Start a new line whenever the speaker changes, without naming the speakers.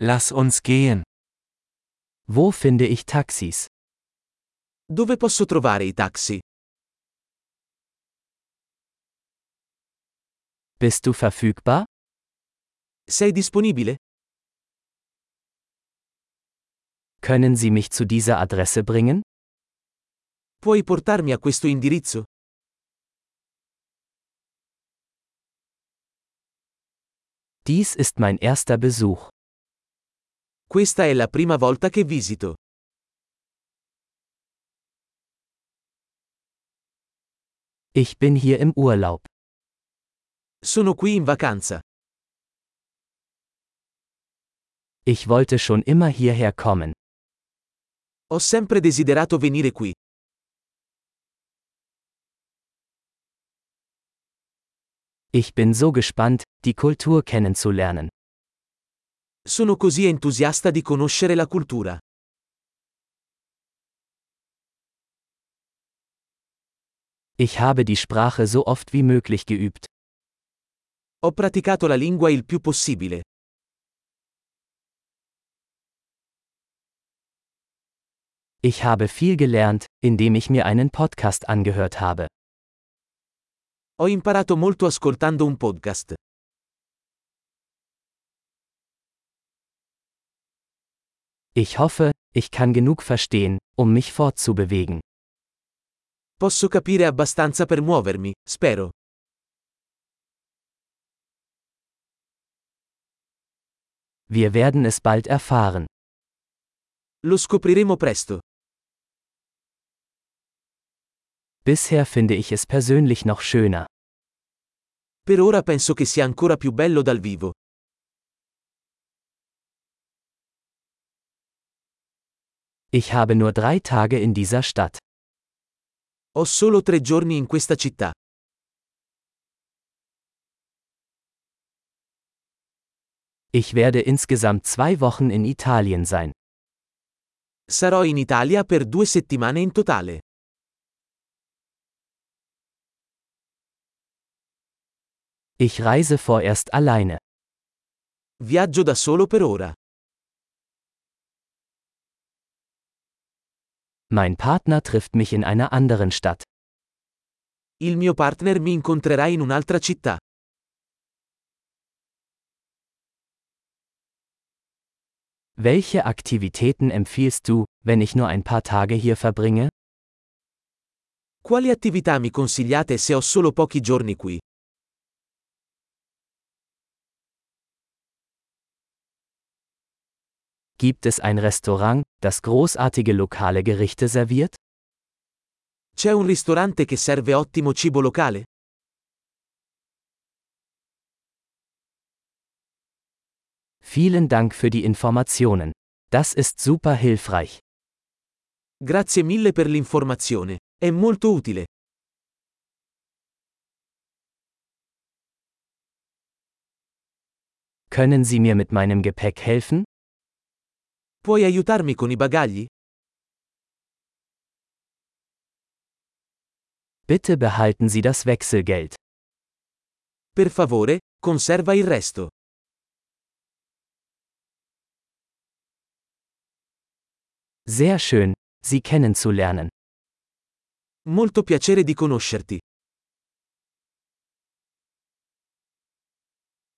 Lass uns gehen.
Wo finde ich Taxis?
Dove posso trovare i taxi?
Bist du verfügbar?
Sei disponibile?
Können Sie mich zu dieser Adresse bringen?
Puoi portarmi a questo indirizzo?
Dies ist mein erster Besuch.
Questa è la prima volta che visito.
Ich bin hier im Urlaub.
Sono qui in vacanza.
Ich wollte schon immer hierher kommen.
Ho sempre desiderato venire qui.
Ich bin so gespannt, die Kultur kennenzulernen.
Sono così entusiasta di conoscere la cultura.
Ich habe die Sprache so oft wie möglich geübt.
Ho praticato la lingua il più possibile.
Ich habe viel gelernt, indem ich mir einen Podcast angehört habe.
Ho imparato molto ascoltando un podcast.
Ich hoffe, ich kann genug verstehen, um mich fortzubewegen.
Posso capire abbastanza per muovermi, spero.
Wir werden es bald erfahren.
Lo scopriremo presto.
Bisher finde ich es persönlich noch schöner.
Per ora penso che sia ancora più bello dal vivo.
Ich habe nur drei Tage in dieser Stadt.
Ho solo tre giorni in questa città.
Ich werde insgesamt zwei Wochen in Italien sein.
Sarò in Italia per due settimane in totale.
Ich reise vorerst alleine.
Viaggio da solo per ora.
Mein Partner trifft mich in einer anderen Stadt.
Il mio partner mi incontrerà in un'altra città.
Welche Aktivitäten empfiehlst du, wenn ich nur ein paar Tage hier verbringe?
Quali attività mi consigliate se ho solo pochi giorni qui?
Gibt es ein Restaurant, das großartige lokale Gerichte serviert?
C'è un ristorante che serve ottimo cibo locale?
Vielen Dank für die Informationen. Das ist super hilfreich.
Grazie mille per l'informazione, è molto utile.
Können Sie mir mit meinem Gepäck helfen?
Puoi aiutarmi con i bagagli?
Bitte behalten Sie das Wechselgeld.
Per favore, conserva il resto.
Sehr schön, Sie kennenzulernen.
Molto piacere di conoscerti.